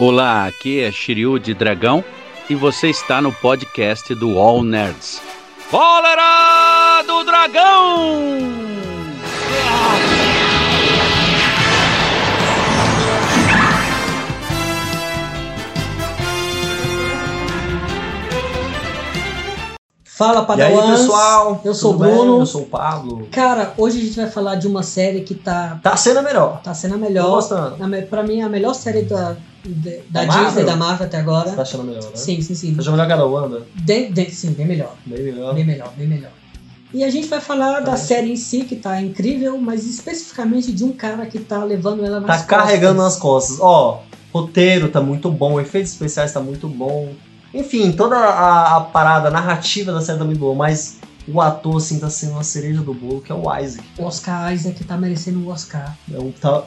Olá, aqui é Shiryu de Dragão e você está no podcast do All Nerds. Cólera do Dragão! Fala E aí, Padawans, pessoal? eu sou o Tudo bem? Bruno. Eu sou o Pablo. Cara, hoje a gente vai falar de uma série que tá, Tá sendo a melhor. tá sendo a Tô melhor, gostando. a me- pra mim a melhor série da, de- da Da Disney, Marvel? da Marvel até Você tá agora. achando a melhor, né? É. Sim, sim, sim. Tá achando a melhor que a da Wanda? De- de- sim, bem melhor, Bem melhor. bem melhor, bem melhor. E a gente vai falar da Tá. série em si, que tá incrível, mas especificamente de um cara que tá levando ela nas Tá costas. carregando nas costas. Ó, roteiro tá muito bom, efeitos especiais tá muito bom. Enfim, toda a, a parada a narrativa da série tá muito boa, mas o ator, assim, tá sendo a cereja do bolo, que é o Isaac. O Oscar Isaac tá merecendo um Oscar. É um tá... O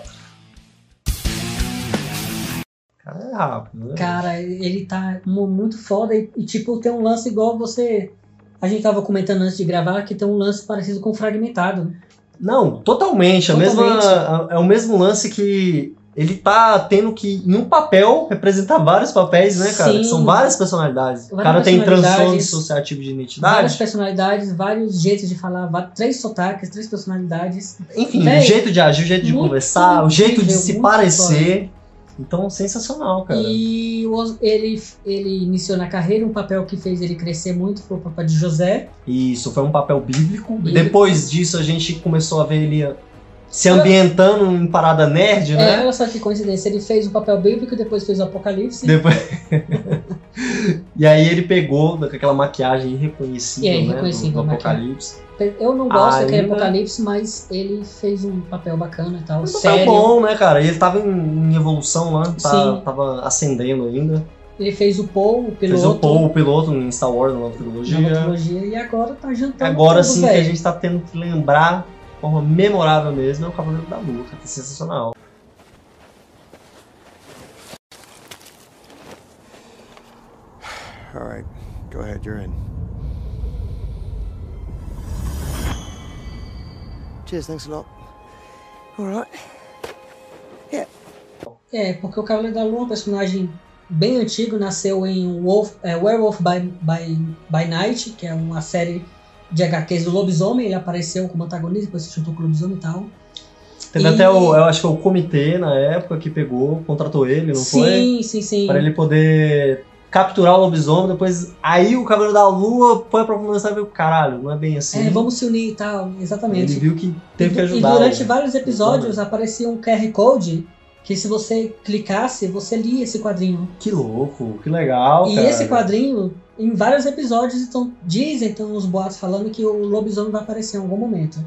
cara é rápido, né? Cara, ele tá mu- muito foda e, e, tipo, tem um lance igual você. A gente tava comentando antes de gravar que tem um lance parecido com Fragmentado. Não, totalmente. A mesma, Totalmente. a- é o mesmo lance que ele tá tendo que, em um papel, representar vários papéis, né, cara? Sim. São várias personalidades. o Várias cara tem personalidades. transtorno dissociativo de Várias identidade. personalidades, vários jeitos de falar, va- três sotaques, três personalidades. Enfim, Véi, o jeito de agir, o jeito de muito conversar, o jeito de incrível, se muito parecer. Então, sensacional, cara. E o Os- ele, ele iniciou na carreira um papel que fez ele crescer muito foi o papel de José. E Isso, foi um papel bíblico. E- Depois disso, a gente começou a ver ele se ambientando em parada nerd, É, né? olha só que coincidência, ele fez o papel bíblico e depois fez o Apocalipse. Depois... e aí ele pegou com aquela maquiagem E irreconhecível, é né, do- irreconhecível do, a maquiagem. Apocalipse. Eu não gosto daquele Ainda- Apocalipse, mas ele fez um papel bacana e tal. Mas o papel sério. bom, né, cara? Ele tava em, em evolução lá, tá, Sim. tava acendendo ainda. Ele fez o Paul, o piloto. Fez o Paul, o piloto em Star Wars, na nova trilogia. na trilogia e agora tá jantando. Agora tudo, sim que a velho. gente tá tendo que lembrar de forma memorável mesmo, é o Cavaleiro da Lua, que é sensacional. All right, go ahead, you're in. Cheers, thanks a lot. All right. É, porque o Cavaleiro da Lua é um personagem bem antigo, nasceu em Wolf, é, Werewolf by, by, by Night, que é uma série de HQs do Lobisomem, ele apareceu como antagonista, depois se juntou com o Lobisomem e tal. Teve E- até o, eu acho que foi o comitê na época que pegou, contratou ele, não foi? sim, sim, sim. Pra ele poder capturar o lobisomem, depois aí o Cavaleiro da Lua foi pra conversar e viu, caralho, não é bem assim. É, vamos se unir e tal, Ele exatamente. viu que teve E- que ajudar. E durante né? vários episódios aparecia um QR Code que se você clicasse, você lia esse quadrinho. Que louco, que legal. E cara. esse quadrinho, em vários episódios, então, dizem então, os boatos falando que o lobisomem vai aparecer em algum momento.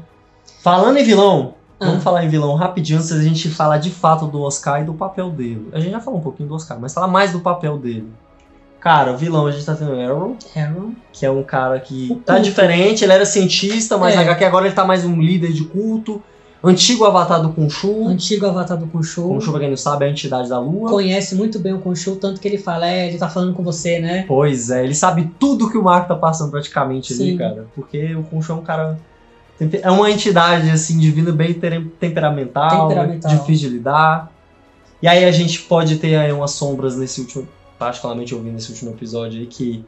Falando em vilão, Ah. vamos falar em vilão rapidinho antes da gente falar de fato do Oscar e do papel dele. A gente já falou um pouquinho do Oscar, mas falar mais do papel dele. Cara, o vilão a gente tá tendo o Arrow, Então, Harold. que é um cara que O tá culto. diferente, ele era cientista, mas É. na HQ agora ele tá mais um líder de culto. Antigo avatar do Kunshu. Antigo avatar do Khonshu. Kunshu, pra quem não sabe, é a entidade da lua. Conhece muito bem o Khonshu, tanto que ele fala, é, ele tá falando com você, né? Pois é, ele sabe tudo que o Marco tá passando praticamente Sim. ali, cara. Porque o Kuncho é um cara. É uma entidade, assim, divina, bem ter- temperamental, Temperamental. difícil de lidar. E aí a gente pode ter aí umas sombras nesse último. Particularmente ouvindo nesse último episódio aí que.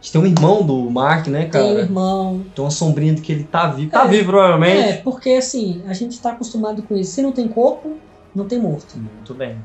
A gente tem um irmão do Mark, né, cara? Tem um Tem, irmão. uma sombrinha de que ele tá vivo. Tá É. vivo, provavelmente. É, porque assim, a gente tá acostumado com isso. Se não tem corpo, não tem morto. Muito bem.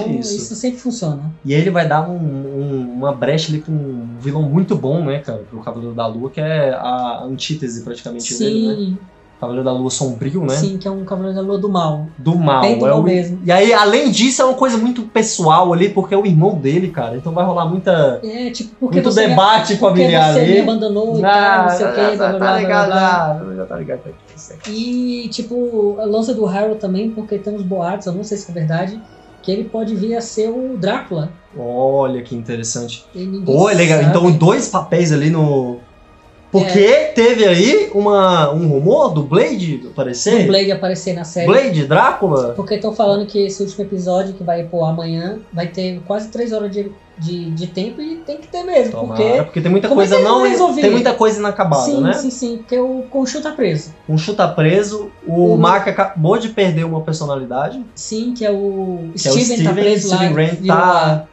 É. então, isso. sempre funciona. E aí ele vai dar um- um- uma brecha ali pra um vilão muito bom, né, cara? Pro Cavaleiro da Lua, que é a antítese praticamente dele, né? Sim, Cavaleiro da Lua sombrio, né? sim, que é um Cavaleiro da Lua do Mal. Do mal. Bem do é mal o- mesmo. E aí, além disso, é uma coisa muito pessoal ali, porque é o irmão dele, cara. Então vai rolar muita, É, tipo, porque muito você me- porque debate familiar você me ali. abandonou e tal, não sei o que, blá blá blá, tá blá, ligado, blá. ah, já tá ligado. tá ligado. E, tipo, a lança do Harold também, porque tem uns boatos, eu não sei se é verdade, que ele pode vir a ser o Drácula. Olha que interessante. E ninguém Pô, é legal. sabe. Então, dois papéis ali no. É. Porque teve aí uma, um rumor do Blade aparecer. O Blade aparecer na série. Blade, Drácula? Porque estão falando que esse último episódio que vai pôr amanhã vai ter quase três horas de, de, de tempo e tem que ter mesmo. Tomara, Porque. porque tem muita como é que coisa eles vão não. resolver? Tem muita coisa inacabada, sim, né? sim, sim. Porque o Conchu tá preso. Um chuta preso, o O- Maca acabou de perder uma personalidade. Sim, que é o. Que Steven, é o Steven, tá preso Steven lá. Grant virou lá. tá.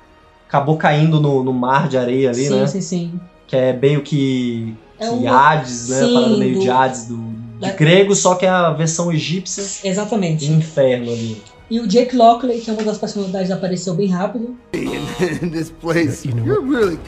Acabou caindo no, no mar de areia ali, sim, né? sim, sim. Que é meio que. É que uma- Hades, né? sim, Parada meio do- de Hades do, de da- grego, só que é a versão egípcia de Exatamente. inferno ali. E o Jake Lockley, que é uma das personalidades, apareceu bem rápido. in this place. You are really good.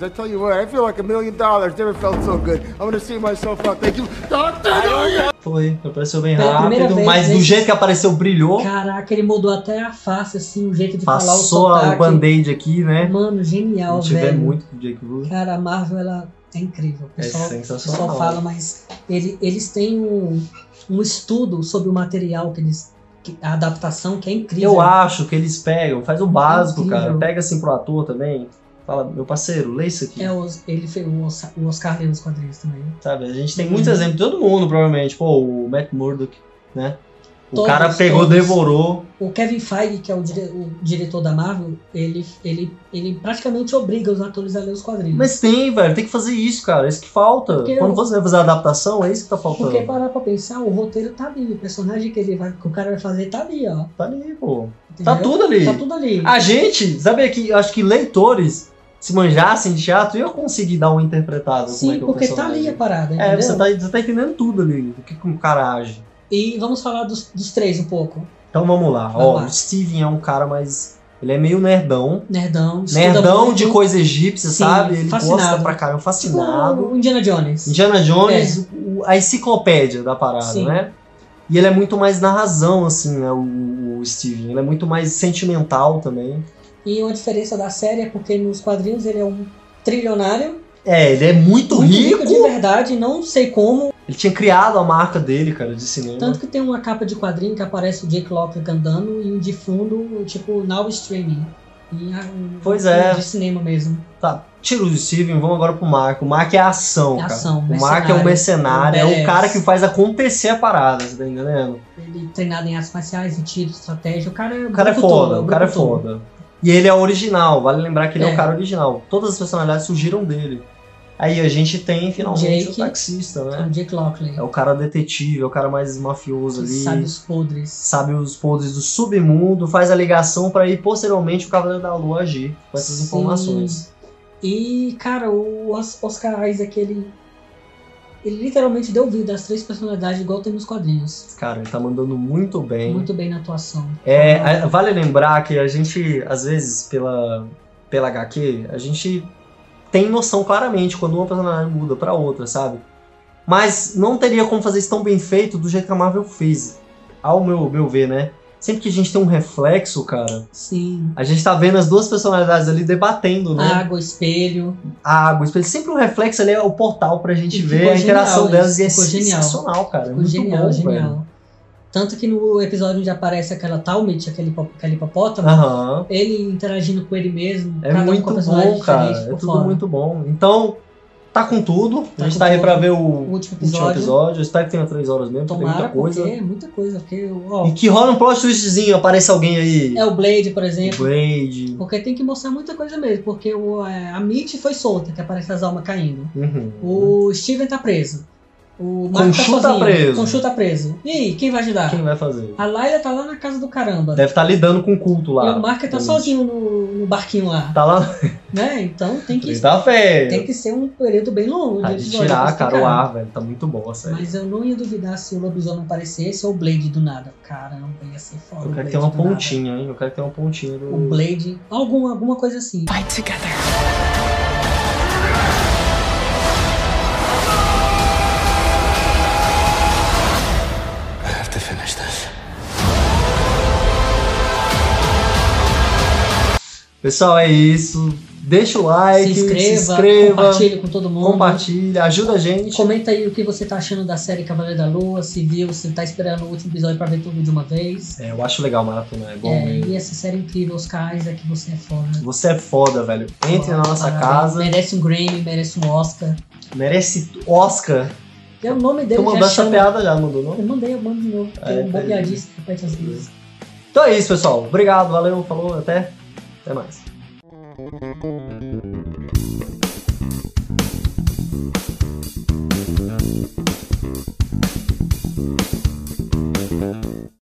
I tell you what, I feel like a million dollars. Never felt so good. I'm gonna see myself out. Thank you, Doctor. Foi, apareceu bem Pela primeira rápido, vez mas do nesse- jeito que apareceu brilhou. Caraca, ele mudou até a face, assim, o jeito de Passou falar o a- sotaque. o band-aid aqui, né? Mano, genial, Não tiver velho. muito com o Jake Blue. Cara, a Marvel ela é incrível. O É pessoal, o sensacional. pessoal fala, mas ele- eles têm um, um estudo sobre o material que eles. que- a adaptação que é incrível. Eu acho que eles pegam, faz o básico, Incrível. cara. Pega assim pro ator também. Fala, meu parceiro, lê isso aqui. É, os- ele fez o Oscar, o Oscar leu os quadrinhos também. Sabe? A gente tem muito Uhum. exemplo, todo mundo, provavelmente. Pô, o Matt Murdock, né? O Todos, cara pegou, todos. devorou. O Kevin Feige, que é o, dire- o diretor da Marvel, ele, ele, ele praticamente obriga os atores a ler os quadrinhos. Mas tem, velho, tem que fazer isso, cara. É isso que falta. Porque Quando eu- você vai fazer a adaptação, é isso que tá faltando. Porque parar pra pensar, o roteiro tá ali, o personagem que, ele vai, que o cara vai fazer tá ali, ó. Tá ali, pô. Tá entendeu? tudo ali. Tá tudo ali. A gente, sabe que eu acho que leitores se manjassem de teatro, ia conseguir dar um interpretado. como é Sim, que é o porque tá personagem. ali a parada, É, entendeu? você tá, você tá entendendo tudo ali, o que que um cara age. E vamos falar dos, dos três um pouco. Então vamos lá. Vamos Ó, lá. o Steven é um cara mais. Ele é meio nerdão. Nerdão. estuda Nerdão muito. de coisa egípcia, Sim, sabe? Ele gosta fascinado. pra caramba, Tipo, fascinado. o Indiana Jones. Indiana Jones, o- a enciclopédia da parada, É. Sim. né? E ele é muito mais na razão, assim, né? O, o Steven. Ele é muito mais sentimental também. E uma diferença da série é porque nos quadrinhos ele é um trilionário. É, ele é muito, muito rico. de verdade, não sei como. Ele tinha criado a marca dele, cara, de cinema. Tanto que tem uma capa de quadrinho que aparece o Jake Lockley andando e de fundo, tipo, now streaming. E a- um Pois filme é. De cinema mesmo. Tá, tira o Steven, vamos agora pro Mark. O Mark é a ação, É cara. ação, o Mark é mercenário, o mercenário, é o badass. cara que faz acontecer a parada, você tá entendendo? Ele treinado em artes marciais, em tiro, estratégia. O cara é O cara é bruto todo, foda, o bruto cara é todo. foda. E ele é original, vale lembrar que ele é, o É. cara original. Todas as personalidades surgiram dele. Aí a gente tem finalmente o Jake. taxista, É né? o Jake Lockley. É o cara detetive, é o cara mais que mafioso ali. sabe Sabe, os podres. os podres do submundo, faz a ligação pra ir posteriormente o Cavaleiro da Lua agir com essas Sim. informações. E, cara, o Os- Oscar Isaac, ele, ele literalmente deu vida às três personalidades, igual tem nos quadrinhos. Cara, ele tá mandando muito bem. Muito bem na atuação. Ah, É, a- vale lembrar que a gente, às vezes, pela, pela HQ, a gente tem noção claramente quando uma personagem muda pra outra, sabe? Mas não teria como fazer isso tão bem feito do jeito que a Marvel fez. Ao meu, meu ver, né? Sempre que a gente tem um reflexo, cara, Sim. a gente tá vendo as duas personalidades ali debatendo, né? Água, espelho. A água, espelho. sempre o reflexo ali é o portal pra gente E ver ficou a interação genial delas e é isso, ficou genial. sensacional, cara. É Ficou muito genial, bom, velho. genial. Tanto que no episódio onde aparece aquela Talmud, aquele, hipo- aquele hipopótamo, Aham. ele interagindo com ele mesmo. Ah. É cada um com muito a personalidade bom, cara. diferente, É ficou tudo foda. muito bom. Então, tá com tudo. Tá a gente com tá aí tudo. pra ver o O último último episódio. episódio. Eu espero que tenha três horas mesmo, porque tem Tomara, muita coisa. porque é muita coisa. Porque, E ó, que rola um plot twistzinho, apareça alguém aí. é o Blade, por exemplo. o Blade. Porque tem que mostrar muita coisa mesmo, porque o, é, a Mitch foi solta, que aparece as almas caindo. Uhum. O Steven tá preso. O Marco Conchu tá tá, sozinho. preso. Conchu tá preso. E aí, quem vai ajudar? Quem vai fazer? A Laila tá lá na casa do caramba. Deve estar lidando com o culto lá. e o Mark tá Realmente. sozinho no, no barquinho lá. Tá lá. Né? Então tem que, tem Sexta-feira. que ser um período bem longo. Tá de episódio pra tá tirar, explicar. cara, o ar, velho. Tá muito bom a série. Mas eu não ia duvidar se o lobisomem aparecesse ou o Blade do nada. Caramba, ia ser foda. Eu o quero Blade que tenha uma do nada. pontinha, hein? Eu quero que tenha uma pontinha O do. Blade. Alguma, alguma coisa assim. I have to finish this. Pessoal, é isso. Deixa o like, se inscreva, compartilha com todo mundo. compartilha, ajuda a gente. Comenta aí o que você tá achando da série Cavaleiro da Lua, se viu, se tá esperando o último episódio pra ver tudo de uma vez. É, eu acho legal maratona, é bom É, mesmo. e essa série incrível, Oscar Isaac, você é foda. Você é foda, velho. Entre na nossa Parabéns. casa, Merece um Grammy, merece um Oscar. merece Oscar. É o nome dele Tu já mandou essa chama- piada já, mandou não? Eu mandei, eu mando de novo. porque É, É um bom tá piadista, que repete as vezes. Então é isso, pessoal. Obrigado, valeu, falou, até. Até mais. Thank you.